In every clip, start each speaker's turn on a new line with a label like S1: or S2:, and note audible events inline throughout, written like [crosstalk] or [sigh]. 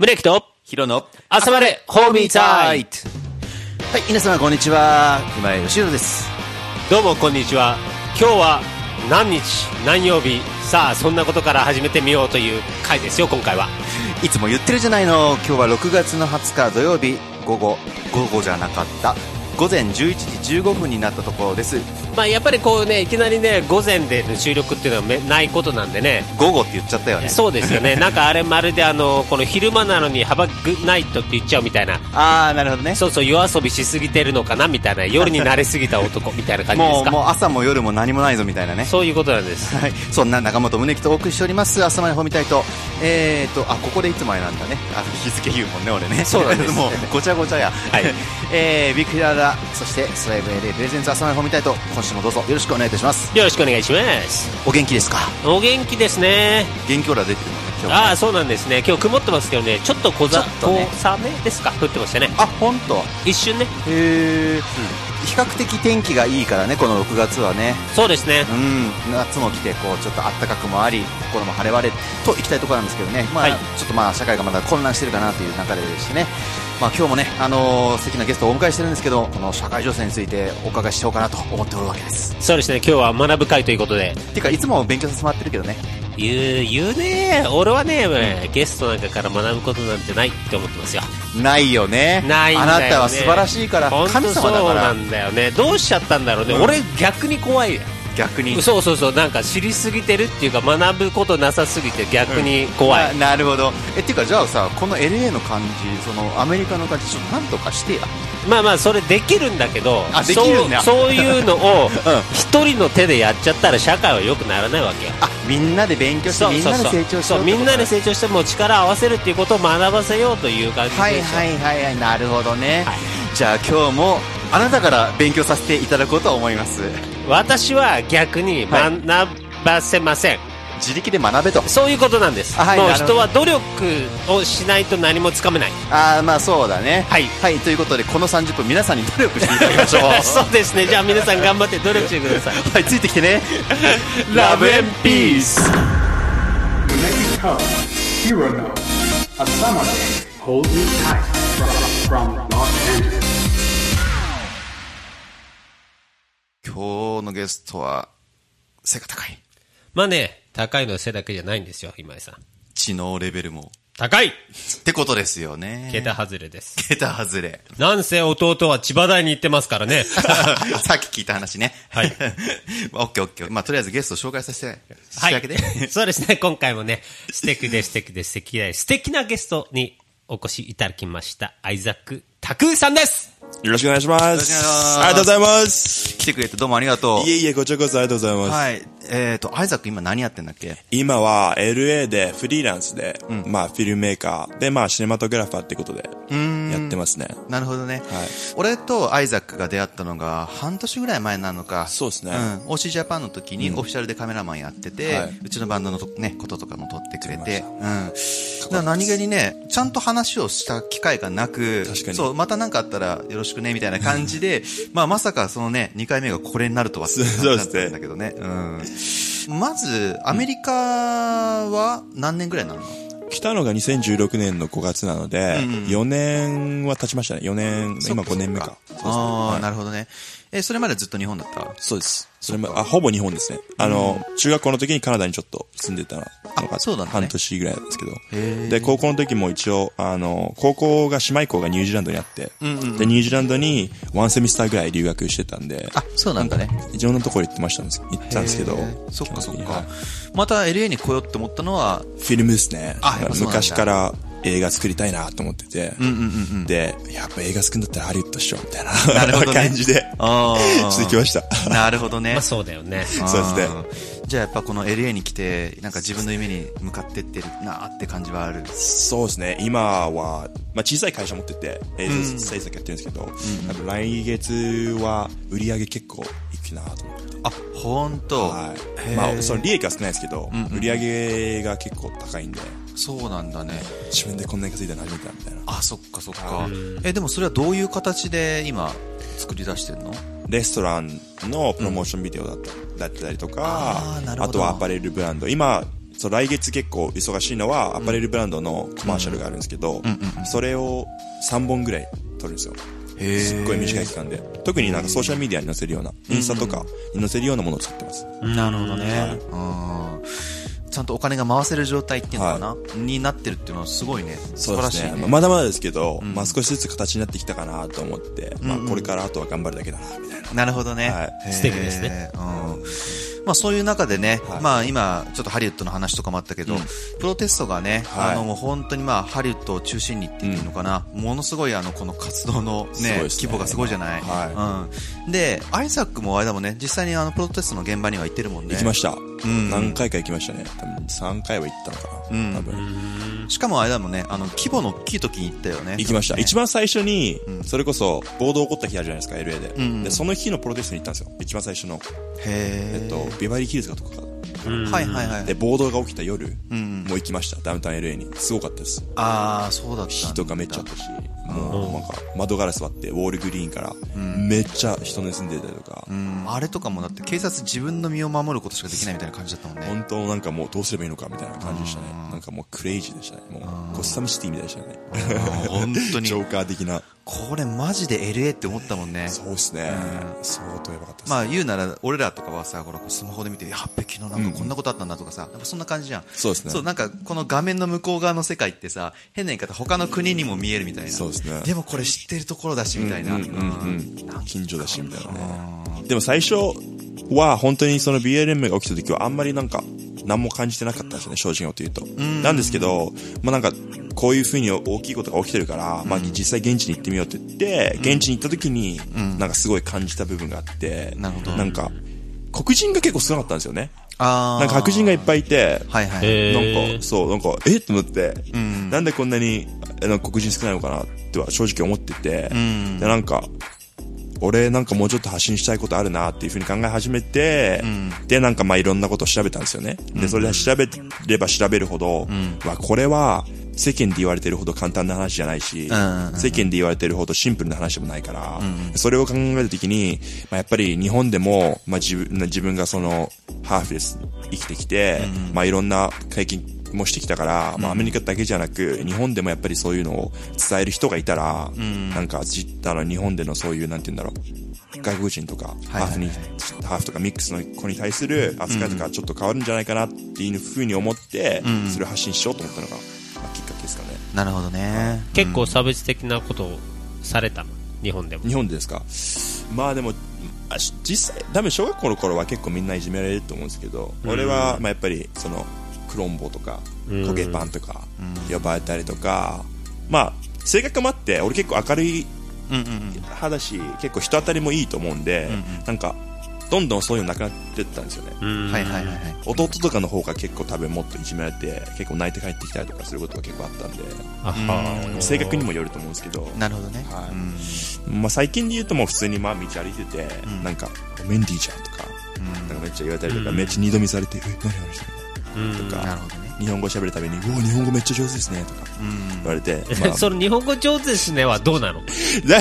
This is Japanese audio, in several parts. S1: 胸木と、
S2: ヒロの
S1: 朝まで、ホーミータイト。
S2: はい、皆様こんにちは。今井義郎です。
S1: どうも、こんにちは。今日は、何日、何曜日、さあ、そんなことから始めてみようという回ですよ、今回は。
S2: いつも言ってるじゃないの。今日は6月の20日土曜日午後、午後じゃなかった。午前11時15分になったところです。
S1: まあ、やっぱりこうね、いきなりね、午前での収録っていうのはめないことなんでね、
S2: 午後って言っちゃったよね。
S1: そうです
S2: [laughs]
S1: よね、なんかあれ、まるであの、この昼間なのに、ハバグナイトって言っちゃうみたいな、
S2: あー、なるほどね。
S1: そうそう、夜遊びしすぎてるのかなみたいな、夜に慣れすぎた男みたいな感じで
S2: も
S1: す
S2: う、も
S1: か。
S2: う朝も夜も何もないぞみたいなね。
S1: そういうことなんです。
S2: はい、そんな中本宗樹とお送りしております朝まで褒めたいとえーとあここでいつもあれなんだねあ日付言うもんね俺ね
S1: そうなんです
S2: [laughs] もうごちゃごちゃや
S1: はい
S2: [laughs] えー、ビッグヒラダそしてスライブ LA プレゼンツ朝まで褒めたいと今週もどうぞよろしくお願いいたします
S1: よろしくお願いします。
S2: お元気ですか
S1: お元気ですね。
S2: 元気オーラ出てるもんね今日
S1: あ
S2: ね
S1: あそうなんですね今日曇ってますけどねちょっと小ざ
S2: ちょっとね
S1: 小雨ですか降ってましたね
S2: あ本当
S1: 一瞬ね
S2: へえ、比較的天気がいいからねこの6月はね
S1: そうですね
S2: うん夏も来てこうちょっと暖かくもあり心も晴れ晴れと行きたいところなんですけどね、ま
S1: は
S2: あ
S1: い
S2: ちょっとまあ社会がまだ混乱してるかなという中でしてね、まあ、今日もね、あのー素敵なゲストをお迎えしてるんですけどこの社会情勢についてお伺いしようかなと思っておるわけです
S1: そうですね今日は学ぶ会ということで
S2: ていうかいつも勉強させてもらってるけどね
S1: 言う言うね俺はねゲストなんかから学ぶことなんてないって思ってますよ
S2: ないよね
S1: ないんだよ、ね、
S2: あなたは素晴らしいから
S1: 本当
S2: 神様だ
S1: そうな
S2: から
S1: んだよねどうしちゃったんだろうね、
S2: うん
S1: 俺逆に怖いよ
S2: 逆に
S1: そうそうそうなんか知りすぎてるっていうか学ぶことなさすぎて逆に怖い、
S2: ななるほどえっていうかじゃあさこの LA の感じそのアメリカの感じちょっとなんとかしてや
S1: まあまあそれできるんだけど
S2: あできるんだ
S1: そうそういうのを
S2: [laughs] うん
S1: 一人の手でやっちゃったら社会は良くならないわけよ
S2: あみんなで勉強して
S1: そう
S2: みん
S1: そう
S2: なで
S1: そう
S2: 成長しよ
S1: そうう
S2: って
S1: み
S2: こと
S1: んなで成長してもう力を合わせるっていうことを学ばせようという感じで
S2: はいはいはいはいなるほどね、
S1: はい
S2: じゃあ今日もあなたから勉強させていただこうと思います
S1: 私は逆に
S2: は
S1: 学ばせません、
S2: 自力で学べと
S1: そういうことなんです、
S2: あはい
S1: もう
S2: なるほど
S1: 人は努力をしないと何もつかめない
S2: ああまあそうだね
S1: はい
S2: はいということでこの30分皆さんに努力していただきましょ
S1: [laughs]
S2: う
S1: そうです
S2: [laughs]
S1: ねじゃあ皆さん頑張って努力してください
S2: はいついてきてね
S1: [laughs] Love and peace.
S3: Next home, Hirono, a summer day, hold me tight from, from Los Angeles.
S2: 今日のゲストは背が高い
S1: まあね高いのは背だけじゃないんですよ今井さん
S2: 知能レベルも
S1: 高い
S2: ってことですよね
S1: 桁外れです
S2: 桁
S1: [laughs]
S2: 外れ
S1: なんせ弟は千葉大に行ってますからね
S2: さっき聞いた話ね
S1: はい
S2: [laughs] まあオッケーオッケーまあとりあえずゲスト紹介させて
S1: は
S2: 仕上げて、
S1: い。 [laughs] そうですね、今回もね、素敵で素敵で素敵で素敵なゲストにお越しいただきました、アイザック・タクーさんです
S4: よろしくお願いしま
S2: ろしくお願いします
S4: す。ありがとうございます。
S2: 来てくれてどうもありがとう
S4: いえいえ、こちらこそありがとうございます。
S2: はい。えっ、と、アイザック今何やってんだっけ
S4: 今は LA でフリーランスで、まあフィルムメーカーで、まあシネマトグラファーってことで、やってますね。
S2: なるほどね、
S4: はい
S2: 俺とアイザックが出会ったのが半年ぐらい前なのか。
S4: そうですね
S2: うん。OC ジャパンの時にオフィシャルでカメラマンやってて、う
S4: はい
S2: ちのバンドのとね、こととかも撮ってくれて、
S4: 撮
S2: うん。だから何気にね、ちゃんと話をした機会がなく、
S4: 確かに
S2: そう、また何かあったらよろしくね、みたいな感じ
S4: [laughs]
S2: で、まあまさかそのね、2回目がこれになるとはって感じだったんだけどね。うん。まず、アメリカは何年ぐらいなの
S4: 来たのが2016年の5月なので、4年は経ちましたね。4年、今5年目か。そうですね
S2: ああ、
S4: はい
S2: なるほどね。え、それまでずっと日本だった
S4: そうです。それも、あ、ほぼ日本ですね。あの、中学校の時にカナダにちょっと住んでたのが、
S2: あそうなんだね
S4: 半年ぐらいなんですけ
S2: へー
S4: ど。で、高校の時も一応、あの、高校が、姉妹校がニュージーランドにあって、で、ニュージーランドにワンセミスターぐらい留学してたんで、
S2: あ、そうなんだね。
S4: いろんなところ行ってましたんです、行ったんですけど
S2: へー、そっかそっ
S4: 基本的には
S2: か
S4: い。
S2: また LA に来ようって思ったのは、
S4: フィルムですね。
S2: あやっぱそうなんだ
S4: 昔から映画作りたいなと思ってて、で、やっぱ映画作るんだったらハリウッドっしょ、みたい [laughs] な
S2: なるほどね
S4: [laughs] 感じで、
S2: あ
S4: [laughs]
S2: あ
S4: 続きました。
S2: なるほどね。
S1: まあそうだよね。
S2: あー
S4: そうです
S2: じゃあやっぱこの LA に来て、なんか自分の夢に向かってってるなーって感じはある。
S4: そうですね、今は、まあ、小さい会社持ってて、映像制作やってるんですけど、多分来月は売り上げ結構いくなと思って。
S2: あ、ほんと。
S4: はい。
S2: へー
S4: まあ、その利益は少ないですけど、売り上げが結構高いんで、
S2: そうなんだね。
S4: 自分でこんなに稼いだの初めてだみたいな。
S2: あ、そっかそっか。え、でもそれはどういう形で今、作り出してんの
S4: レストランのプロモーションビデオだった,、だったりとか
S2: あーなるほど
S4: あとはアパレルブランド今そう、来月結構忙しいのは、アパレルブランドのコマーシャルがあるんですけど、それを3本ぐらい撮るんですよ。
S2: へ
S4: すっごい短い期間で。特になんかソーシャルメディアに載せるような、インスタとかに載せるようなものを作ってます。
S2: なるほどね。うんちゃんとお金が回せる状態っていうのかな、になってるっていうのはすごいね。素晴らしい、ね
S4: まあまだまだですけど、まあ少しずつ形になってきたかなと思って、まあこれからあとは頑張るだけだな、みたいな。
S2: なるほどね。
S4: はい
S2: へー
S1: 素敵ですね。
S2: うん。まあそういう中でね、
S4: はい
S2: まあ今、ちょっとハリウッドの話とかもあったけど、
S4: うん
S2: プロテストがね、
S4: はい
S2: あのもう本当にまあハリウッドを中心にっていうのかな、ものすごいあのこの活動の
S4: すごい
S2: ね、
S4: ですね
S2: 規模がすごいじゃない、
S4: は
S2: うん。で、アイザックもあれだもんね、実際にあのプロテストの現場には行ってるもんね。
S4: 行きました。
S2: ん
S4: 何回か行きましたね。多分3回は行ったのか
S2: う
S4: な。
S2: ん
S4: 多分。
S2: しかもあれだもんね、あの規模の大きい時に行ったよね。
S4: 行きました。
S2: ね
S4: 一番最初に
S2: ん、
S4: それこそ、暴動起こった日あるじゃないですか、LA で。
S2: うん
S4: で、その日のプロテストに行ったんですよ。一番最初の。
S2: へ
S4: えっ
S2: ー
S4: と、ビバリーヒルズかとかか。
S2: はいはいはい。
S4: で、暴動が起きた夜、
S2: ん
S4: もう行きました。ダウンタウン LA に。すごかったです。
S2: ああ、そうだったんだ。
S4: 人がめっちゃあったし、もうなんか窓ガラス割って、ウォールグリーンから、めっちゃ人盗んでたりとか、
S2: うんあれとかもだって警察自分の身を守ることしかできないみたいな感じだったもんね。
S4: 本当なんかもうどうすればいいのかみたいな感じでしたね。なんかもうクレイジーでしたね。もうゴッサムシティみたいでしたね。
S2: 本当
S4: ジョ
S2: に。
S4: ーカー的な。
S2: これマジで LA って思ったもんね。
S4: そうですね。相当やばかったです。
S2: まあ言うなら、俺らとかはさ、ほら、こうスマホで見て、やっべ、昨日なんかこんなことあったんだとかさ、やっぱそんな感じじゃん。
S4: そうですね
S2: そう、なんかこの画面の向こう側の世界ってさ、変な言い方、他の国にも見えるみたいな。
S4: そうですね
S2: でもこれ知ってるところだし、みたいな。
S4: うん、近所だしみたいなねでも最初は本当にその BLM が起きた時はあんまりなんか何も感じてなかったんですよね正直なこと言うと、なんですけど、まあ、なんかこういうふうに大きいことが起きてるから、まあ、実際現地に行ってみようって言って現地に行った時になんかすごい感じた部分があって、
S2: なるほど
S4: んか黒人が結構少なかったんですよね
S2: あー
S4: なんか白人がいっぱいいて、
S2: はいはい。
S1: えー
S4: なんか、そう、なんか、えっと思って、なんでこんなに、えなんか黒人少ないのかなっては正直思ってて、で、なんか、俺なんかもうちょっと発信したいことあるなっていうふうに考え始めて、で、なんかまあいろんなことを調べたんですよね。で、それで調べれば調べるほど、わ、これは世間で言われてるほど簡単な話じゃないし、
S2: ん
S4: 世間で言われてるほどシンプルな話でもないから、それを考えるときに、まあ、やっぱり日本でも、まあ、自分自分がそのハーフです生きてきて、まあ、いろんな経験もしてきたから、まあ、アメリカだけじゃなく日本でもやっぱりそういうのを伝える人がいたら、なんかじあの日本でのそういうなんて言うんだろう外国人とか、
S2: はいはい
S4: ハーフにハーフとかミックスの子に対する扱いとかちょっと変わるんじゃないかなっていうふうに思って、それを発信しようと思ったのが、まあ、きっかけですかね
S2: なるほどね。
S1: 結構差別的なことをされたの日本でも
S4: 日本でですかまあでもあし実際多分小学校の頃は結構みんないじめられると思うんですけど、俺はまあやっぱりそのクロンボとか
S1: うん
S4: コゲパンとか呼ばれたりとか、まあ性格もあって俺結構明るい
S2: うんうんうん。
S4: 派だし結構人当たりもいいと思うんで、なんかどんどんそういうのなくなってったんですよね、
S1: うん
S2: はいはいはいはい。
S4: 弟とかの方が結構多分もっといじめられて結構泣いて帰ってきたりとかすることが結構あったんで
S1: あはー
S4: 性
S1: [laughs]
S4: 格にもよると思うんですけど
S2: なるほどね。
S4: はい
S2: うん
S4: まあ、最近で言うともう普通にまあ道歩いてて、なんか「メンディーじゃん」とか、なんかめっちゃ言われたりとか、めっちゃ二度見されて「え何あの人」みたいな
S2: な
S4: と
S2: るほ
S4: か
S2: どね。
S4: 日本語喋るたびに「うわ日本語めっちゃ上手ですね」とか言われて、まあ
S1: その日本語上手ですねはどうなの
S4: [laughs] だ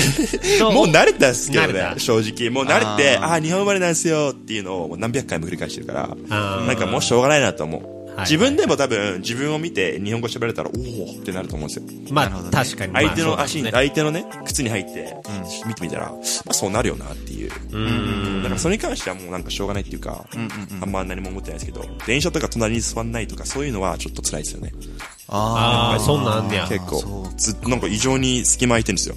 S1: どう
S4: もう慣れたっすけど
S1: 慣れ
S4: ね
S1: た
S4: 正直もう慣れて
S2: あー
S4: ああー日本生まれなんですよっていうのをもう何百回も繰り返してるから
S1: あー
S4: なんかもうしょうがないなと思う、
S1: はい
S4: 自分でも多分自分を見て日本語喋られたらおおってなると思うんですよ
S1: まあ
S2: なるほどね
S1: 確かに
S4: 相手の
S1: まあそ
S4: 足
S1: う
S4: に、
S1: だね
S4: 相手のね、靴に入って、見てみたら、まあそうなるよなっていう。だからそれに関してはもうなんかしょうがないっていうか、あんま何も思ってないですけど、電車とか隣に座んないとかそういうのはちょっと辛いですよね。
S1: あ
S2: あ
S1: あそんなんあんねや
S4: 結
S2: そうか
S4: 構、ずっとなんか異常に隙間空いてるんですよ。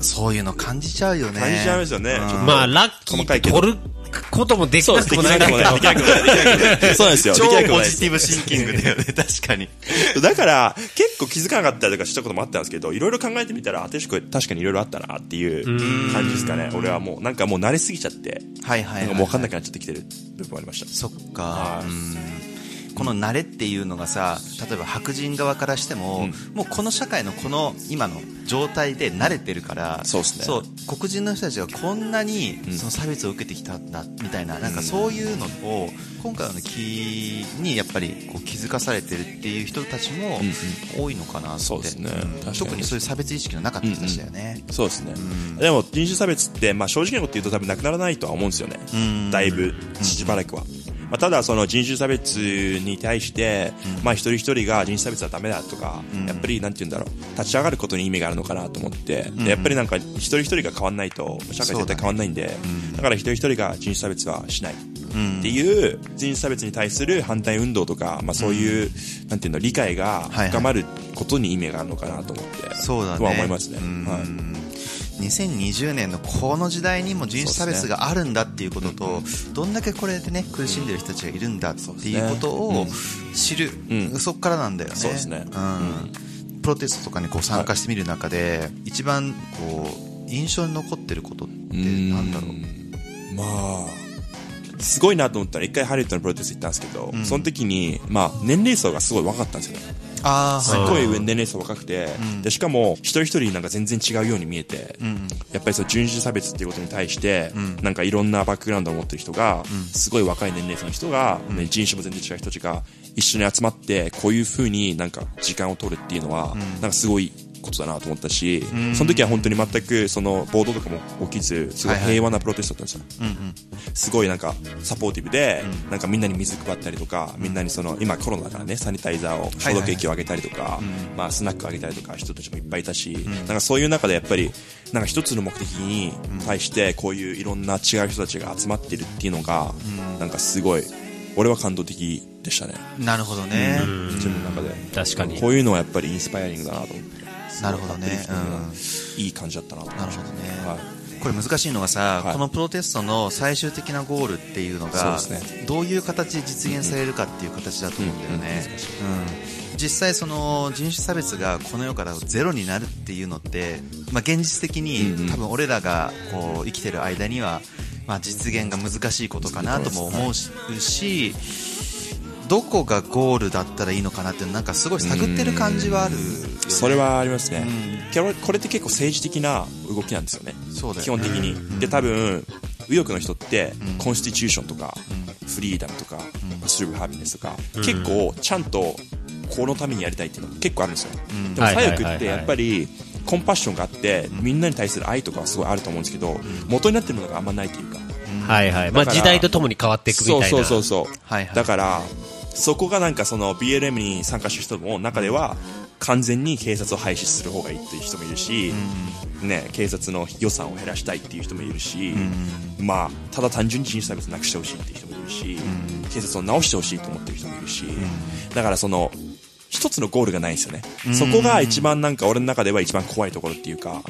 S2: あ、そういうの感じちゃうよね。
S4: 感じちゃいますよね。ちょっと
S1: まあラッキー
S4: 細かいけど
S1: 取ることもできな
S4: で
S1: く
S4: き
S1: もな
S4: ないい
S1: んだけ
S4: でも
S1: ど
S4: ない。できなくもない。できなくもない。そうなん [laughs] ですよ。で
S2: 超
S4: きなくも
S2: ポ
S4: ないで
S2: ジ
S4: す
S2: ティブシンキングだよね、確かに。
S4: だから、結構気づかなかったりとかしたこともあったんですけど、いろいろ考えてみたら、確かに確かにいろいろあったなっていう感じですかね。俺はもう、なんかもう慣れすぎちゃって、
S2: はいはいはい
S4: なんかもう分かんなくなっちゃってきてる部分もありました。
S2: そっか、うんこの慣れっていうのがさ例えば白人側からしても、もうこの社会のこの今の状態で慣れてるから
S4: そうっすね
S2: 黒人の人たちがこんなにその差別を受けてきたんだみたいな,、なんかそういうのを今回の気にやっぱりこう気づかされてるっていう人たちも多いのかなって、
S4: そうですね
S2: ん
S4: 確かに
S2: 特にそういう差別意識のなかった人たちだよね、
S4: そうですね、でも人種差別って、まあ、正直なこと言うと多分なくならないとは思うんですよね、だいぶしばらくは、まあ、ただその人種差別に対して、まあ、一人一人が人種差別はダメだとか、やっぱりなんて言うんだろう立ち上がることに意味があるのかなと思って、でやっぱりなんか一人一人が変わんないと社会
S2: そうだ
S4: 絶対
S2: ね
S4: 変わんないんでだ,、から一人一人が人種差別はしないっていう人種差別に対する反対運動とか、まあ、そういう、なんていうの理解が
S2: いはい
S4: 深まることに意味があるのかなと思って、
S2: そうだね
S4: とは思いますね。
S2: うん
S4: はい
S2: 2020年のこの時代にも人種差別があるんだっていうことと、どんだけこれでね苦しんでる人たちがいるんだっていうことを知る、
S4: うん
S2: そこからなんだよね
S4: そうですね
S2: うんプロテストとかにこう参加してみる中で、一番こう印象に残ってることってなんだろう
S4: まあすごいなと思ったら一回ハリウッドのプロテスト行ったんですけど、その時に、まあ、年齢層がすごい若かったんですよね
S2: あ
S4: す
S2: あ
S4: っ
S2: はい
S4: ごい年齢層若くて、でしかも一人一人なんか全然違うように見えて、やっぱりそう人種差別っていうことに対して、なんかいろんなバックグラウンドを持ってる人が、すごい若い年齢層の人が、ね人種も全然違う人たちが一緒に集まってこういう風になんか時間を取るっていうのは、なんかすごいことだなと思ったし、その時は本当に全くその暴動とかも起きずすごい平和なプロテストだったんですよ、すごいなんかサポーティブで、なんかみんなに水配ったりとか、みんなにその今コロナだからねサニタイザーを消毒液をあげたりとか、まあ、スナックあげたりとか人たちもいっぱいいたし、なんかそういう中でやっぱりなんか一つの目的に対してこういういろんな違う人たちが集まってるっていうのが、なんかすごい俺は感動的でしたね、
S2: なるほどね、
S4: 自分の中で
S1: 確かに
S4: こういうのはやっぱりインスパイアリングだなと思って
S2: なるほどねうん
S4: いい感じだったなと思い
S2: なる
S4: まし
S2: ほ
S4: た
S2: どね、
S4: はい
S2: これ難しいのがさ、
S4: はい
S2: このプロテストの最終的なゴールっていうのが
S4: そうです
S2: どういう形で実現されるかっていう形だと思うんだよね、うん実際その人種差別がこの世からゼロになるっていうのって、まあ、現実的
S4: うんう
S2: に
S4: ん
S2: 多分俺らがこう生きてる間には、まあ、実現が難しいことかなとも思うし、どこがゴールだったらいいのかなっていうのなんかすごい探ってる感じはあるよね、
S4: それはありますね、けどこれって結構政治的な動きなんですよね
S2: そうだ
S4: 基
S2: よ
S4: 本
S2: ね
S4: 的に、で多分右翼の人って、コンスティチューションとか、フリーダムとか、パスシブハピネスとか、結構ちゃんとこのためにやりたいっていうのが結構あるんですよ、でも
S1: はいはい
S4: 左
S1: はいはい
S4: 翼ってやっぱりコンパッションがあってみんなに対する愛とかはすごいあると思うんですけど元になってるものがあんまないっていうか
S1: [laughs] はいはい。まあ
S4: だから
S1: 時代とともに変わっていくみたいな。
S4: そうそうそうそう、
S2: はいはい
S4: だからそこがなんかその BLM に参加した人も中では完全に警察を廃止する方がいいっていう人もいるし、ね、警察の予算を減らしたいっていう人もいるし、まあ、ただ単純に人種差別なくしてほしいっていう人もいるし、警察を直してほしいと思ってる人もいるし、だからその一つのゴールがないんですよね、そこが一番なんか俺の中では一番怖いところっていうか、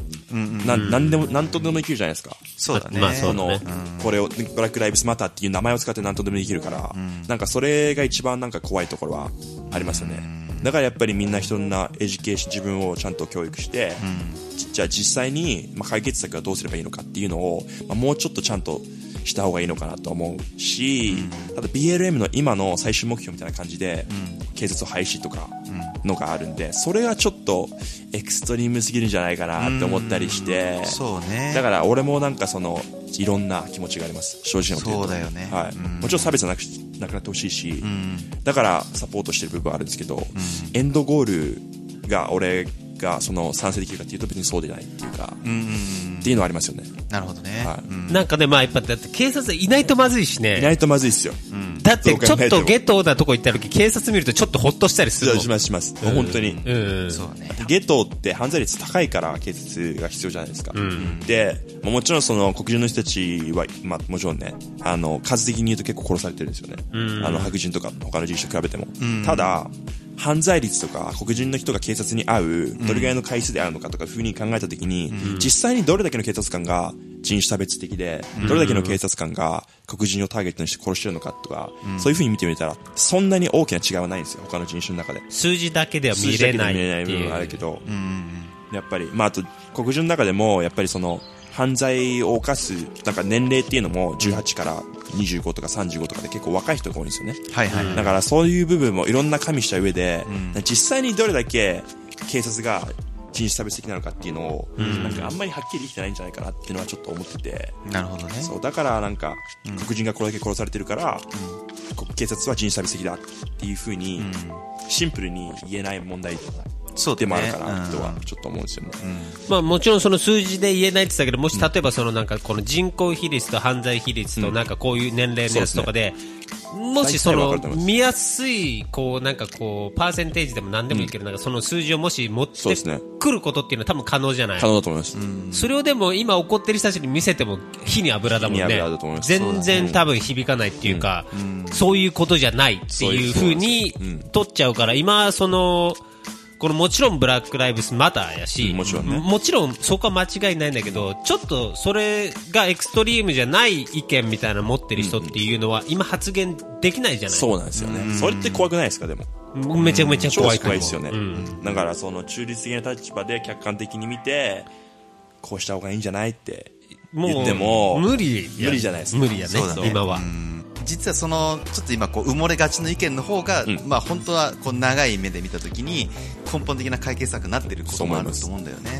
S4: ななんでもなんとでもできるじゃないですか
S2: そうだね、
S1: まあそう
S4: その、これを、ブラック・ライブスマターっていう名前を使って何とでもできるから、なんかそれが一番なんか怖いところはありますよね。だからやっぱりみんな人んなエデュケーション、自分をちゃんと教育して、じじゃあ実際に、まあ、解決策はどうすればいいのかっていうのを、まあ、もうちょっとちゃんとした方がいいのかなと思うし、ただ BLM の今の最終目標みたいな感じで、警察を廃止とかのがあるんで、それはちょっとエクストリームすぎるんじゃないかなって思ったりして、
S2: そうね
S4: だから俺もなんかそのいろんな気持ちがあります正直なこと言うと
S2: そうだよね
S4: はい
S2: うん
S4: もちろん差別はなくしなくなってほしいし、だからサポートしてる部分はあるんですけど、エンドゴールが俺がその賛成できるかっていうと別にそうでないっていうか、っていうのはありますよね、
S2: なるほどね、
S4: はい
S1: なんかね、まあやっぱだって警察いないとまずいし
S4: いな
S1: ね。
S4: いとまずいっすよ、
S1: だってちょ
S4: どう
S1: っ
S4: 考えて
S1: と
S4: も
S1: ゲットなとこ行った時、警察見るとちょっとほっとしたりするもん
S4: しますします、本当に、
S1: うん。
S2: そうだね
S4: ゲトって犯罪率高いから警察が必要じゃないですか。で、まあもちろんその黒人の人たちは、まあもちろんね、あの、数的に言うと結構殺されてるんですよね。あの、白人とか他の人種と比べても。ただ、犯罪率とか黒人の人が警察に会う、どれぐらいの回数で会うのかとかいうふうに考えたときに、実際にどれだけの警察官が人種差別的で、どれだけの警察官が黒人をターゲットにして殺してるのかとか、そういうふうに見てみたら、そんなに大きな違いはないんですよ、他の人種の中で。
S1: 数字だけでは
S4: 数
S1: 見
S4: 字だ
S1: れ
S4: けで
S1: ないっ
S4: 見れない
S1: て
S4: 部分はあ
S1: い
S4: る
S1: う
S4: け。ど、やっぱり、まあ、あと黒人の中でもやっぱりその犯罪を犯すなんか年齢っていうのも18から25とか35とかで結構若い人が多いんですよね、
S2: はいはい、
S4: だからそういう部分もいろんな加味した上で、実際にどれだけ警察が人種差別的なのかっていうのを、なんかあんまりはっきりできてないんじゃないかなっていうのはちょっと思ってて、
S2: なるほどね
S4: そうだからなんか黒人がこれだけ殺されてるから、こ警察は人種差別的だっていうふうに、シンプルに言えない問題
S2: そうだ
S4: で
S2: ね
S4: もあるかなとは
S2: うん
S4: ちょっと思うんですよね、
S1: まあもちろんその数字で言えないって言ったけど、もし例えばそのなんかこの人口比率と犯罪比率となんかこういう年齢のやつとかで、もしそ
S4: 大体わか
S1: の
S4: ると思います
S1: 見やすいこうなんかこうパーセンテージでも何でもいいけど、なんかその数字をもし持っ
S4: そ
S1: て
S4: うですね
S1: くることっていうのは多分可能じゃない
S4: 可能だと思います。
S1: それをでも今怒ってる人たちに見せても火に油だもんね
S4: 火に油だと思います
S1: 全然多分響かないっていうか、そういうことじゃないっていうふうに
S4: そういうことなんですようん
S1: 取っちゃうから今そのこのもちろんブラック・ライブスマターやし、
S4: うんもちろんね
S1: もちろんそこは間違いないんだけど、ちょっとそれがエクストリームじゃない意見みたいなの持ってる人っていうのは今発言できないじゃない、
S4: そうなんですよね。それって怖くないですか、でも。
S1: めちゃめちゃ
S4: 超
S1: 怖
S4: 怖
S1: い
S4: い
S1: と思う
S4: ですよね、
S1: うん
S4: だからその中立的な立場で客観的に見てこうした方がいいんじゃないって言っても
S1: 無理や
S4: 無理じゃないですか
S1: 無理やね
S2: そうだね
S1: 今は、
S2: 実はそのちょっと今こう埋もれがちの意見の方が、
S4: ん
S2: まあ本当はこう長い目で見たときに根本的な解決策になってることもあると思うんだよね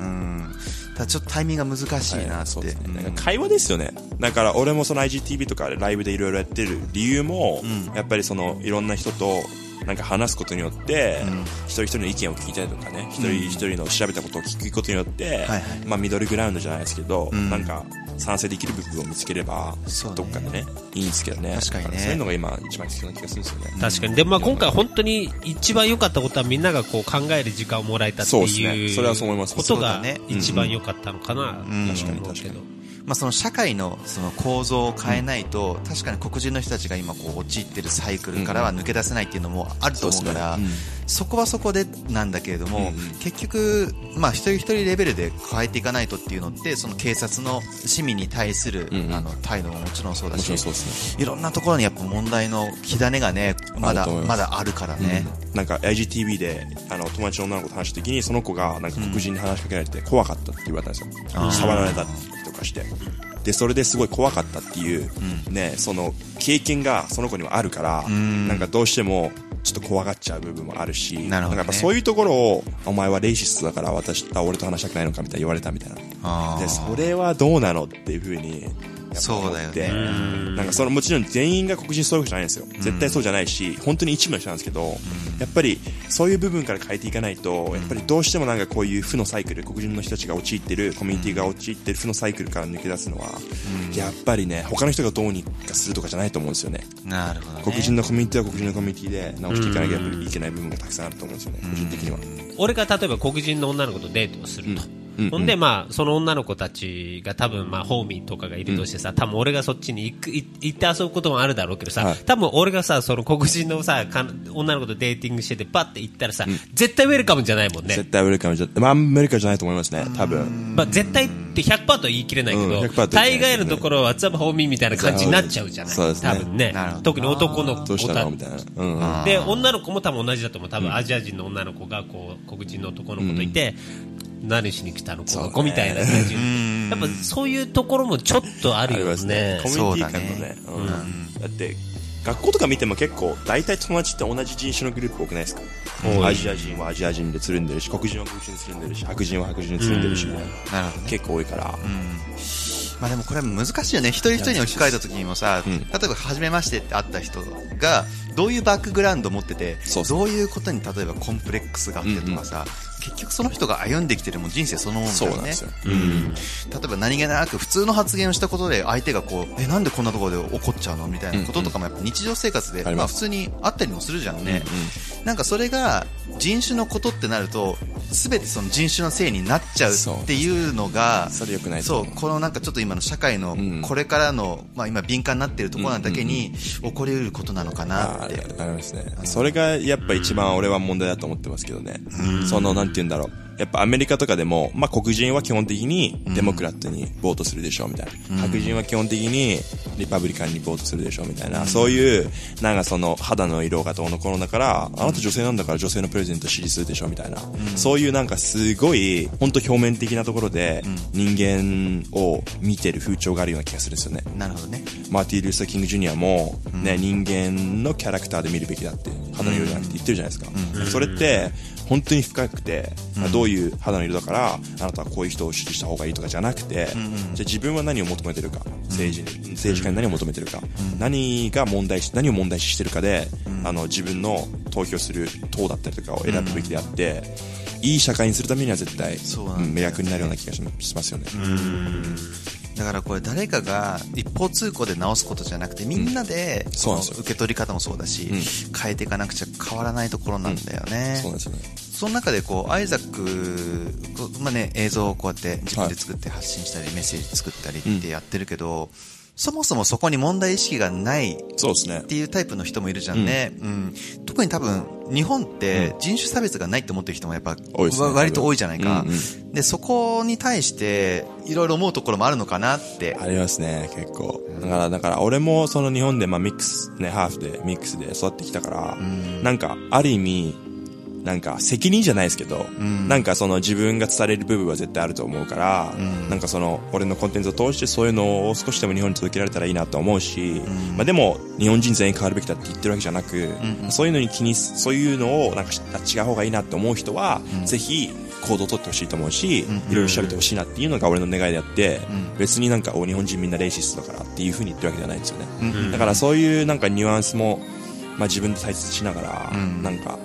S2: うんただちょっとタイミングが難しいなって、
S4: そうですね、
S2: うん
S4: 会話ですよねだから俺もその IGTV とかライブでいろいろやってる理由も、やっぱりそのいろんな人となんか話すことによって、一人一人の意見を聞いたりとかね、一人一人の調べたことを聞くことによって、
S2: はい
S4: まあミドルグラウンドじゃないですけど、なんか賛成できる部分を見つければ、
S2: そうね
S4: どっかでね、いいんですけどね。
S2: 確かにね
S4: だらそういうのが今一番必要な気がするんですよね。
S1: 確かに。で、まあ今回本当に一番良かったことはみんながこう考える時間をもらえたって
S4: そうです
S1: い
S4: ね
S1: う。
S4: それはそう思います
S1: こと
S2: そうだ
S1: が
S2: ね
S1: 一番良かったのかな。
S2: ん
S1: 確かに
S4: 確かに
S2: まあ、その社会のその構造を変えないと、確かに黒人の人たちが今こう陥ってるサイクルからは抜け出せないっていうのもあると思うから、
S4: そうですね
S2: そこはそこでなんだけれども、
S4: うん
S2: 結局、まあ、一人一人レベルで変えていかないとっていうのってその警察の市民に対する、
S4: うんうん
S2: あの態度ももちろんそうだ
S4: もちろん
S2: し
S4: そうですね。
S2: いろんなところにやっぱ問題の火種がねま
S4: ある
S2: だ
S4: と思い
S2: ま
S4: ます
S2: だあるからね、
S4: なんか IGTV であの友達の女の子と話した時にその子がなんか黒人に話しかけられて怖かったって言われたんですよ、触られたりとかしてでそれですごい怖かったっていう、ね、その経験がその子にはあるから、なんかどうしてもちょっと怖がっちゃう部分もあるし
S2: なるほどね
S4: んかやっぱそういうところをお前はレイシストだから私あ俺と話したくないのかみたいに言われたみたいな
S2: あー
S4: でそれはどうなのっていうふうにやっぱ思
S2: そう
S4: っ
S2: だよ
S4: て
S2: ね
S4: なんかそのもちろん全員が黒人そういうわけじゃないんですよ、絶対そうじゃないし本当に一部の人なんですけど、やっぱりそういう部分から変えていかないとやっぱりどうしてもなんかこういう負のサイクル黒人の人たちが陥ってるコミュニティが陥ってる負のサイクルから抜け出すのは、やっぱりね他の人がどうにかするとかじゃないと思うんですよね
S2: なるほど、ね、
S4: 黒人のコミュニティは黒人のコミュニティで直していかなきゃいけない部分がたくさんあると思うんですよね、個人的には。
S1: 俺が例えば黒人の女の子とデートをすると。
S4: うん
S1: ほんで、まあ、その女の子たちが多分、まあ、ホーミーとかがいるとしてさ、多分俺がそっちに行く、い行って遊ぶこともあるだろうけどさ、
S4: はい
S1: 多分俺がさ、その黒人のさ、かん女の子とデーティングしてて、バッて行ったらさ、絶対ウェルカムじゃないもんね。
S4: 絶対アメリカじゃ、まあ、アメリカじゃないと思いますね、多分。
S1: まあ、絶対って100%とは言い切れないけ
S4: うん
S1: ど、
S4: 100%とは言
S1: 大
S4: い切れない
S1: 概のところは WhatsApp ホーミーみたいな感じになっちゃうじゃない、
S4: そうですね
S1: 多分ね
S2: なるほど
S1: 特に男の
S4: ど
S1: 子
S4: うした
S1: た
S4: のみたいな。うんうん。
S1: で女の子も多分同じだと思う多分アジア人の女の子がこう黒人の男の子といて、何しに来たのこの子みたいな感じ、やっぱそういうところもちょっとあ
S4: あ
S1: る
S4: り
S1: よ
S4: ますね
S1: ね。
S4: コミュニティ感のね。うんだって、学校とか見ても結構、大体友達って同じ人種のグループ多くないですか
S1: 多い
S4: アジア人はアジア人でつるんでるし、黒人は黒人でつるんでるし、白人は白人でつるんでるし、みたいな
S2: なるほどね
S4: 結構多いから。
S2: まあでもこれは難しいよね。一人一人に置き換えた時にもさ、
S4: うん
S2: 例えば初めましてって会った人が、どういうバックグラウンドを持ってて、
S4: そうそう
S2: どういうことに例えばコンプレックスがあってとかさ、結局その人が歩んできてるもん人生そのものだ
S4: そう
S2: よ
S4: なん
S2: ね
S4: ですよ。。
S2: 例えば何気なく普通の発言をしたことで相手がこう、え、なんでこんなところで怒っちゃうのみたいなこととかもやっぱ日常生活で、
S4: あり
S2: まあ
S4: ま
S2: 普
S4: す
S2: 通にあったりもするじゃんね。なんかそれが人種のことってなると、すべてその人種のせいになっちゃうっていうのが、
S4: それ良くないと
S2: そ
S4: 思
S2: う、このなんかちょっと今の社会の
S4: ん
S2: これからの、まあ今敏感になってるところなだけに起こりうることなのかな
S4: あ
S2: って。
S4: ーありますね。それがやっぱ一番俺は問題だと思ってますけどね。その、なんて言うんだろう。やっぱアメリカとかでも、まあ黒人は基本的にデモクラットにボートするでしょうみたいな。白人は基本的にリパブリカンにボートするでしょうみたいな。そういう、なんかその肌の色がどうのこうのだから、あなた女性なんだから女性のプレゼント支持するでしょみたいな。そういうなんかすごい、ほんと表面的なところで人間を見てる風潮があるような気がするんですよね。
S2: なるほどね。
S4: マーティー・ルーサー・キング・ジュニアも、ね人間のキャラクターで見るべきだって肌の色じゃなくて言ってるじゃないですか、それって本当に深くて、どういう肌の色だからあなたはこういう人を支持した方がいいとかじゃなくて、じゃあ自分は何を求めてるか政治に政治家に何を求めてるか、何が問題視何を問題視してるかで、あの自分の投票する党だったりとかを選ぶべきであって、いい社会にするためには絶対
S2: そうなんだよね
S4: ん役になるような気がしますよね。
S2: だからこれ誰かが一方通行で直すことじゃなくてみんなで
S4: そうなんですよ
S2: 受け取り方もそうだし、変えていかなくちゃ変わらないところなんだよね、
S4: そうなんですよね。
S2: その中でこうアイザック、こうまあね、映像をこうやって自分で作って発信したり、メッセージ作ったりってやってるけど、そもそもそこに問題意識がないっ
S4: そうですね。
S2: ていうタイプの人もいるじゃんね、うん特に多分日本って人種差別がないって思ってる人もやっぱ、
S4: 多いですね
S2: わ割と多いじゃないか、
S4: うんう
S2: でそこに対していろいろ思うところもあるのかなって
S4: ありますね、結構。だから、だから俺もその日本で、まあミックス、ね、ハーフでミックスで育ってきたから、なんか、ある意味、なんか責任じゃないですけど、なんかその自分が伝えれる部分は絶対あると思うから、なんかその俺のコンテンツを通してそういうのを少しでも日本に届けられたらいいなと思うし、まあでも日本人全員変わるべきだって言ってるわけじゃなく、そういうのに気にす、そういうのをなんかあ違う方がいいなって思う人は、ぜひ行動を取ってほしいと思うし、いろいろ調べてほしいなっていうのが俺の願いであって、別になんかお日本人みんなレイシストだからっていうふうに言ってるわけじゃないんですよね。だからそういうなんかニュアンスも、まあ自分で大切にしながら、なんか、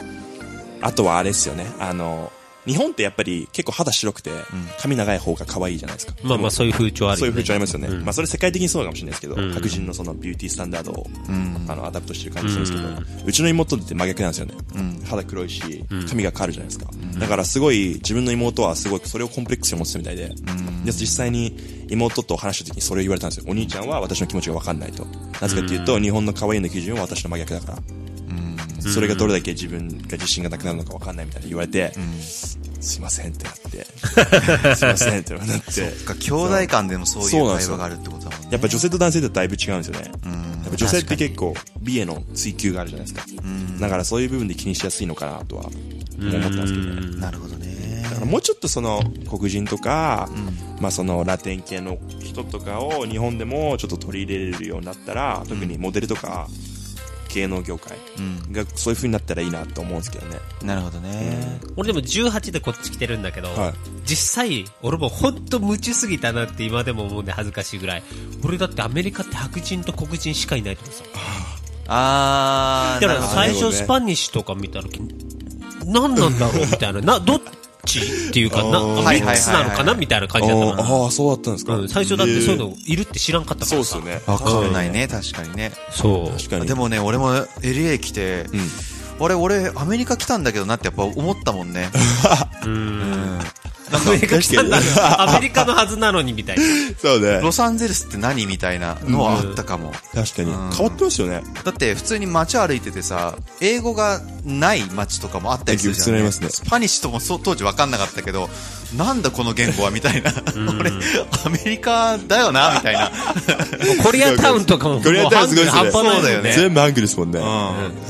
S4: あとはあれですよね。あの、日本ってやっぱり結構肌白くて、髪長い方が可愛いじゃないですか。
S1: まあまあ、そういう風潮ある
S4: そういう風潮ありますよね。
S1: うん
S4: まあそれ世界的にそうかもしれないですけど、
S1: うん
S4: 白人のそのビューティースタンダードを、
S2: ん
S4: あの、アダプトしてる感じするんですけど、うちの妹って真逆なんですよね。肌黒いし、髪が変わるじゃないですか。だからすごい、自分の妹はすごいそれをコンプレックスに持ってたみたいで、で、実際に妹と話した時にそれを言われたんですよ。お兄ちゃんは私の気持ちがわかんないと。なぜかっていうと、日本の可愛いの基準は私の真逆だから。それがどれだけ自分が自信がなくなるのかわかんないみたいに言われて、すいませんってな
S1: [laughs]
S4: って、すいませんってなって、
S2: そっか兄弟間でもそう
S4: そ
S2: いうう
S4: なんで
S2: 会
S4: すよ
S2: 話があるってことだもんね
S4: やっぱ女性と男性ってだいぶ違うんですよね。やっぱ女性っ
S2: 確
S4: て
S2: かに
S4: 結構美への追求があるじゃないですか。だからそういう部分で気にしやすいのかなとは思ったんですけどね。
S2: なるほどね
S4: だからもうちょっとその黒人とか、まあそのラテン系の人とかを日本でもちょっと取り入れれるようになったら、特にモデルとか芸能業界がそういう風になったらいいなと思うんですけどね。
S2: なるほどね、
S1: 俺でも18でこっち来てるんだけど、
S4: はい
S1: 実際、俺も本当無知すぎたなって今でも思うんで恥ずかしいぐらい。俺だってアメリカって白人と黒人しかいないと思ってさ。
S2: あー
S1: だか
S2: なる
S1: ら
S2: ほどね
S1: 最
S4: なるほど
S1: 初
S4: ね
S1: スパニッシュとか見た時、何なんだろうみたいな。な、どっちっていうか、な、
S4: おー
S1: ミックスなの
S2: はい
S1: か
S2: はいはい
S1: な
S2: はい
S1: みたいな感じだったな。
S4: ああ、そうだったんですか、
S1: うん、最初だってそういうのいるって知らんかったか
S4: そう
S1: ら
S4: で
S1: さ。
S4: すよね。
S2: わかんないね、確かにね。
S1: そう。
S4: 確かに。
S2: でもね、俺も LA 来て、あれ、俺、アメリカ来たんだけどなってやっぱ思ったもんね。
S1: アメリカ来たん
S4: [laughs]
S1: だ。アメリカのはずなのにみたいな。
S4: そうね。
S2: ロサンゼルスって何みたいなのはあったかも。
S4: 確かに。変わってますよね。
S2: だって、普通に街歩いててさ、英語がない街とかもあったりするじゃん、
S4: 普通にありますね
S2: スパニッシュともそう当時わかんなかったけど、なんだこの言語はみたいな。 [laughs] 俺、アメリカだよ
S4: [laughs]
S2: なみたいな。
S1: コリアタウンとかも、
S4: コリアタウンすごいっすね
S1: もう半端ないよね。
S4: 全部アングルですもんね。
S2: う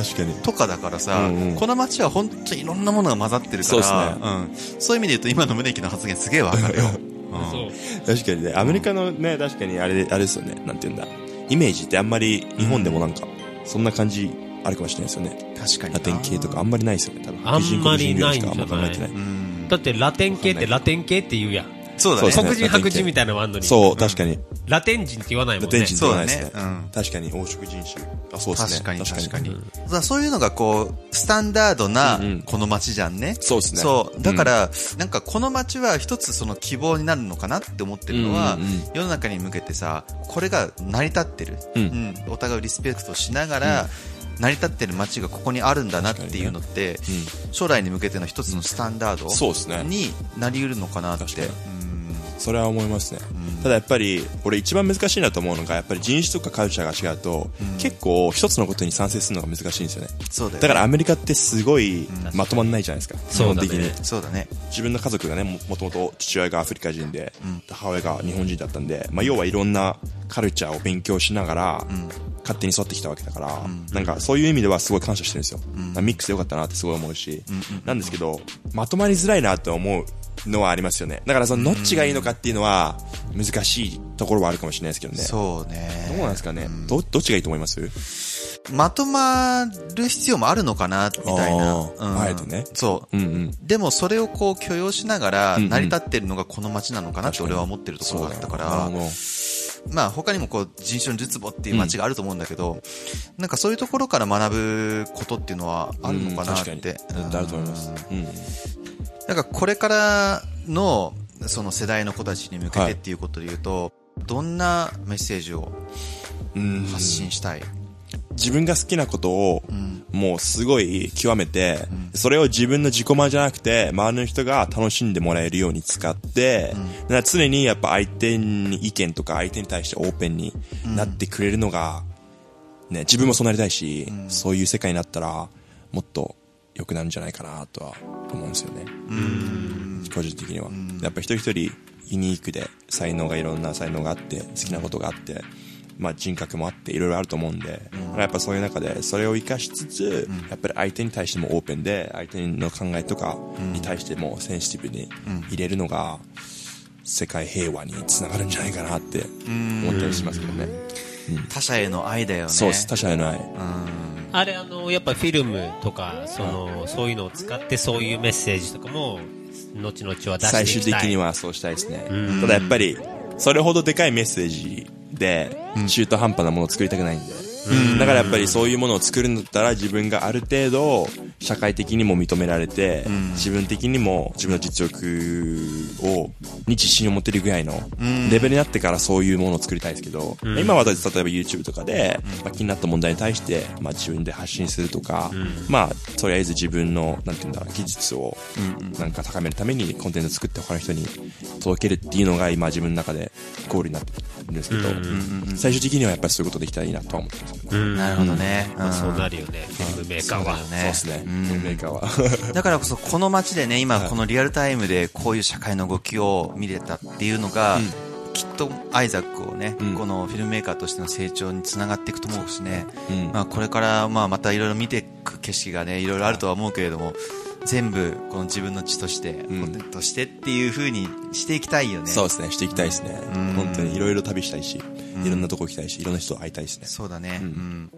S4: 確かに。
S2: とかだからさ、
S4: うんうん
S2: この街は本当にいろんなものが混ざってるから、う
S4: そう
S2: ん、そういう意味で言うと今の宗木の発言すげえわ
S4: [laughs]
S2: かるよ。うん
S1: そう。
S4: 確かにね、アメリカのね、確かにあれ、あれですよね、なんて言うんだ。イメージってあんまり日本でもなんか、そんな感じあるかもしれないですよね。
S2: 確かにな
S4: ラテン系とかあんまりないですよね、多分。
S1: あんまりないんじゃない
S4: 黒人黒人料理しかあんま考えてない。
S2: うん
S1: だってラテン系ってラテン系って言うやん。
S2: そうだね
S4: そう
S1: 黒人白人みたいなのもあんのに。
S4: そう、確かに。
S1: ラテン人って言わないも
S4: ラ
S1: ん
S4: テン
S1: ね。
S4: 人ではないですね
S2: そうだねうん。
S4: 確かに、黄色人種。あ、そうですね。
S2: 確かに確かに
S4: うん
S2: だからそういうのがこうスタンダードな
S4: うんうん
S2: この街じゃんね、
S4: そうですね
S2: そうだから、なんかこの街は一つその希望になるのかなって思ってるのは、
S4: うんうんうん
S2: 世の中に向けてさこれが成り立ってる、
S4: うん
S2: うんお互いをリスペクトしながら、成り立ってる街がここにあるんだなっていうのって、将来に向けての一つのスタンダード、
S4: そうですね
S2: になりうるのかなって
S4: 確かに
S2: うん
S4: それは思いますね、ただやっぱり俺一番難しいなと思うのがやっぱり人種とかカルチャーが違うと、結構一つのことに賛成するのが難しいんですよね
S2: そうだよね
S4: だからアメリカってすごいまとまんないじゃないですか、基本
S1: そう
S4: 的
S1: だ
S4: に
S1: ね
S2: そうだね
S4: 自分の家族がねももともと父親がアフリカ人で、母親が日本人だったんで、まあ、要はいろんなカルチャーを勉強しながら、勝手に育ってきたわけだから、なんかそういう意味ではすごい感謝してるんですよ、まあミックスでよかったなってすごい思うし、なんですけどまとまりづらいなと思うのはありますよねだからそのどっちがいいのかっていうのは難しいところはあるかもしれないですけどね
S2: そうね
S4: どうなんですかね、どどっちがいいと思います
S2: まとまる必要もあるのかな、みたいな。
S4: あーあえてね
S2: そう。
S4: うんうん
S2: でもそれをこう許容しながら
S4: んうん
S2: 成り立ってるのがこの街なのかなって俺は思ってるところがあったから、
S4: なるほど
S2: まあ他にもこう人種の術母っていう街があると思うんだけど、なんかそういうところから学ぶことっていうのはあるのかなっ
S4: うん
S2: て
S4: 確か。に絶対あると思います
S2: う
S4: うん
S2: んなんかこれからのその世代の子たちに向け
S4: は
S2: て
S4: い
S2: っていうことで言うと、どんなメッセージを発信したい、
S4: 自分が好きなことを、もうすごい極めて、それを自分の自己満じゃなくて、周りの人が楽しんでもらえるように使って、だから常にやっぱ相手に意見とか相手に対してオープンになってくれるのが、ね、自分もそうなりたいし、そういう世界になったら、もっと良くなるんじゃないかなとは思うんですよね。個人的には。やっぱ一人一人ユニークで、才能がいろんな才能があって、好きなことがあって、まあ人格もあって、いろいろあると思うんで、だからやっぱそういう中で、それを活かしつつ、やっぱり相手に対してもオープンで、相手の考えとかに対してもセンシティブに入れるのが、世界平和につながるんじゃないかなって思ったりしますけどね。
S2: 他者への愛だよね
S4: そうです、他者じゃない。
S1: あれあのやっぱフィルムとかそのそういうのを使ってそういうメッセージとかも後々は出して
S4: 最
S1: いきたい
S4: 終的にはそうしたいですね。ただやっぱり、それほどでかいメッセージで、中途半端なものを作りたくないんで。だからやっぱりそういうものを作るんだったら自分がある程度社会的にも認められて、自分的にも自分の実力を、に自信を持てるぐらいのレベルになってからそういうものを作りたいですけど、今は例えば YouTube とかで、まあ、気になった問題に対して、まあ、自分で発信するとか、まあとりあえず自分のなんて言うんだろう技術をなんか高めるためにコンテンツを作って他の人に届けるっていうのが今自分の中でゴールになってるんですけど、最終的にはやっぱりそういうことできたらいいなとは思ってますけどね、
S2: なるほどね、
S1: まあ
S2: うん
S1: そうなるよねフィルムメーカーは
S2: そうだよ
S4: そうですね、メーカーは
S2: だからこそこの街でね今このリアルタイムでこういう社会の動きを見れたっていうのが、きっとアイザックをね、
S4: うん
S2: このフィルムメーカーとしての成長につながっていくと思うしね、
S4: うん
S2: まあ、これからまあまたいろいろ見ていく景色がねいろいろあるとは思うけれども全部この自分の地として、
S4: ん
S2: コンテンツとしてっていう風にしていきたいよね
S4: そうですねしていきたいですね、本当にいろいろ旅したいしいろんなとこ行きたいしいろんな人と会いたいですね
S2: そうだね。うん。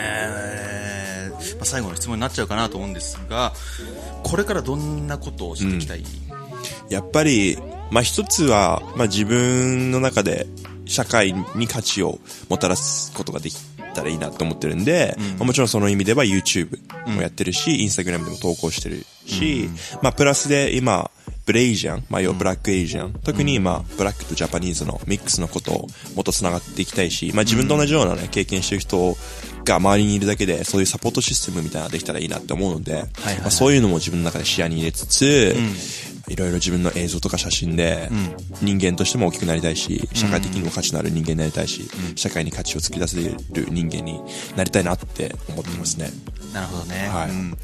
S2: えー、まあ、最後の質問になっちゃうかなと思うんですが、これからどんなことをしていきたい、
S4: やっぱり、まあ、一つは、まあ、自分の中で社会に価値をもたらすことができたらいいなと思ってるんで、まあもちろんその意味では YouTube もやってるし、Instagram でも投稿してるし、まあ、プラスで今、ブレイジャン、まあ、要はブラックエイジャン、特にまあ、ブラックとジャパニーズのミックスのことをもっと繋がっていきたいし、まあ、自分と同じようなね、経験してる人が周りにいるだけで、そういうサポートシステムみたいなのができたらいいなって思うので、まあそういうのも自分の中で視野に入れつつ、いろいろ自分の映像とか写真で、人間としても大きくなりたいし、社会的にも価値のある人間になりたいし、社会に価値を突き出せる人間になりたいなって思ってますね。
S2: なるほどね。
S4: はい
S2: うん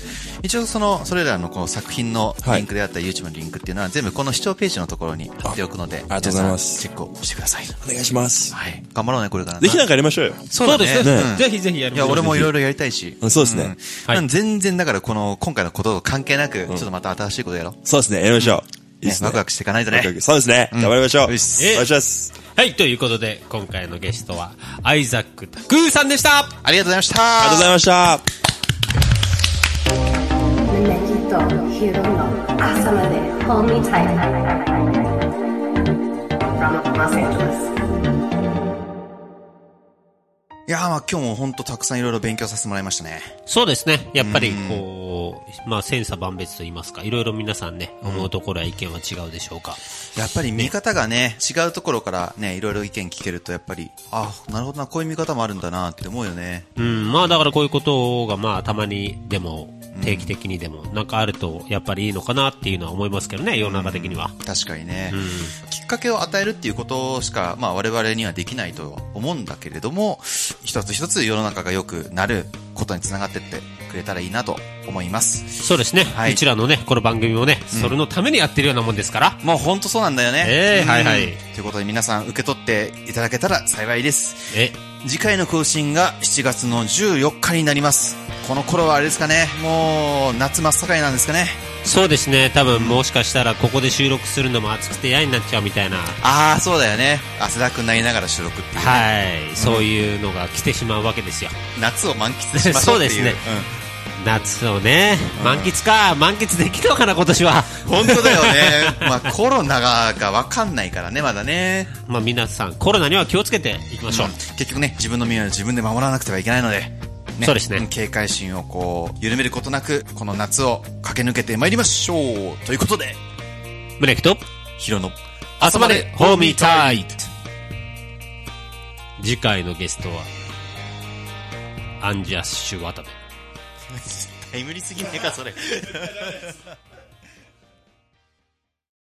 S2: 一応その、それらのこう作品のリンクであったり YouTube のリンクっていうのは全部この視聴ページのところに貼っておくので、
S4: あありがとうございます
S2: 皆さんチェックをしてください。
S4: お願いします。
S2: はい。頑張ろうね、これからな。
S4: ぜひなんかやりましょうよ。
S1: そうです
S4: ね
S1: ねぜひぜひやり
S2: い
S1: まし
S2: や、
S1: ょう
S2: 俺もいろいろやりたいし。
S4: うんそうですね
S2: ん
S1: はい
S2: なんで全然、だからこの、今回のことと関係なく、ちょっとまた新しいことやろう。
S4: そうですね、やりましょう。いい
S2: ね
S4: ですね。
S2: ワクワクしていかないと
S4: ワ
S2: ね
S4: クワ。クそうですね。
S2: ん
S4: 頑張りましょう。お願
S2: よ
S4: い
S2: し
S4: します。
S1: はいということで今回のゲストはアイザック・タクーさんでした
S2: ありがとうございました。
S4: ありがとうございました。
S5: Nakito, Hirono, Asama de Homie Type. From Los Angeles.
S2: いやーまあ今日も本当たくさんいろいろ勉強させてもらいましたね。
S1: そうですね。やっぱり、こう、まあ、千差万別と言いますか、いろいろ皆さんね、思うところや意見は違うでしょうか。
S2: やっぱり見方がね、違うところからね、いろいろ意見聞けるとやっぱり、ああ、なるほどな、こういう見方もあるんだなって思うよね。
S1: うん、まあ、だからこういうことが、まあ、たまにでも、定期的にでも、なんかあると、やっぱりいいのかなっていうのは思いますけどね、世の中的には。
S2: 確かにね、きっかけを与えるっていうことしか、まあ我々にはできないと思うんだけれども、一つ一つ世の中が良くなることにつながってってくれたらいいなと思います。
S1: そうですね。
S2: はいう
S1: ちらのね、この番組もね、それのためにやってるようなもんですから。
S2: もう本当そうなんだよね。
S1: ええ
S2: うん
S1: はいはい
S2: ということで皆さん受け取っていただけたら幸いです。
S1: え、
S2: 次回の更新が7月の14日になりますこの頃はあれですかねもう夏真っ盛りなんですかね
S1: そうですね。多分、もしかしたら、ここで収録するのも暑くて嫌になっちゃうみたいな。
S2: ああそうだよね汗だくになりながら収録っていう、
S1: はい。そういうのが来てしまうわけですよ。
S2: 夏を満喫しましょ
S1: そ
S2: うっていう
S1: うですね夏をね、満喫か、満喫できるのかな、今年は。
S2: うん本当だよね [laughs] まあコロナが分かんないからねまだね、
S1: [laughs] まあ皆さん、コロナには気をつけていきましょう。
S2: 結局ね自分の身は自分で守らなくてはいけないので、ね
S1: そうですね
S2: ん警戒心をこう緩めることなくこの夏を駆け抜けてまいりましょうということで
S1: 胸キと、
S2: ヒロの
S1: あそまで、ホーミータイト。次回のゲストはアンジャッシュ渡部
S2: タイムリーすぎないかそれ